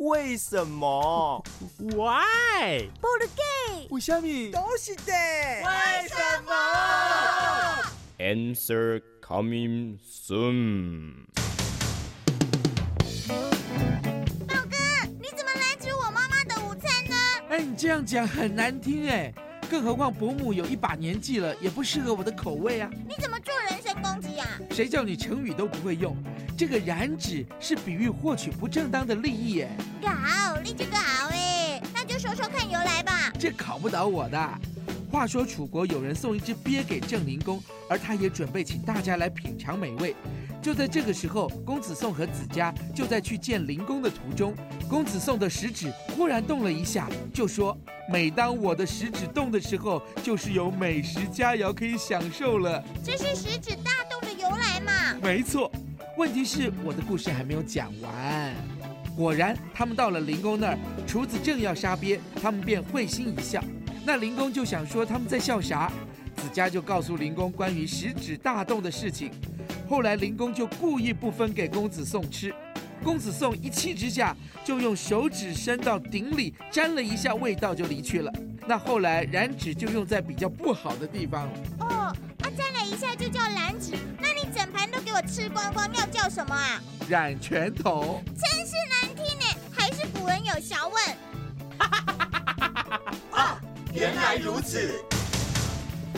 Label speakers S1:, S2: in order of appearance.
S1: 为什么？
S2: Why？
S3: 不如给
S1: 为什么？
S4: 都是的。
S1: 为什么？
S5: Answer coming soon。
S3: 表哥，你怎么拦止我妈妈的午餐呢？
S6: 哎，你这样讲很难听哎，更何况伯母有一把年纪了，也不适合我的口味啊。
S3: 你怎么做人身攻击啊？
S6: 谁叫你成语都不会用？这个“染指”是比喻获取不正当的利益哎，
S3: 搞，你这个好哎，那就说说看由来吧。
S6: 这考不倒我的。话说楚国有人送一只鳖给郑灵公，而他也准备请大家来品尝美味。就在这个时候，公子宋和子家就在去见灵公的途中，公子宋的食指忽然动了一下，就说：“每当我的食指动的时候，就是有美食佳肴可以享受了。”
S3: 这是食指大动的由来嘛？
S6: 没错，问题是我的故事还没有讲完。果然，他们到了灵公那儿，厨子正要杀鳖，他们便会心一笑。那灵公就想说他们在笑啥，子家就告诉灵公关于食指大动的事情。后来灵公就故意不分给公子宋吃，公子宋一气之下就用手指伸到鼎里沾了一下味道就离去了。那后来染指就用在比较不好的地方了。
S3: 哦，啊，沾了一下就叫染指，那你整盘都给我吃光光，要叫什么啊？
S6: 染拳头，
S3: 真是难听呢，还是古人有学问。
S1: 原来如此。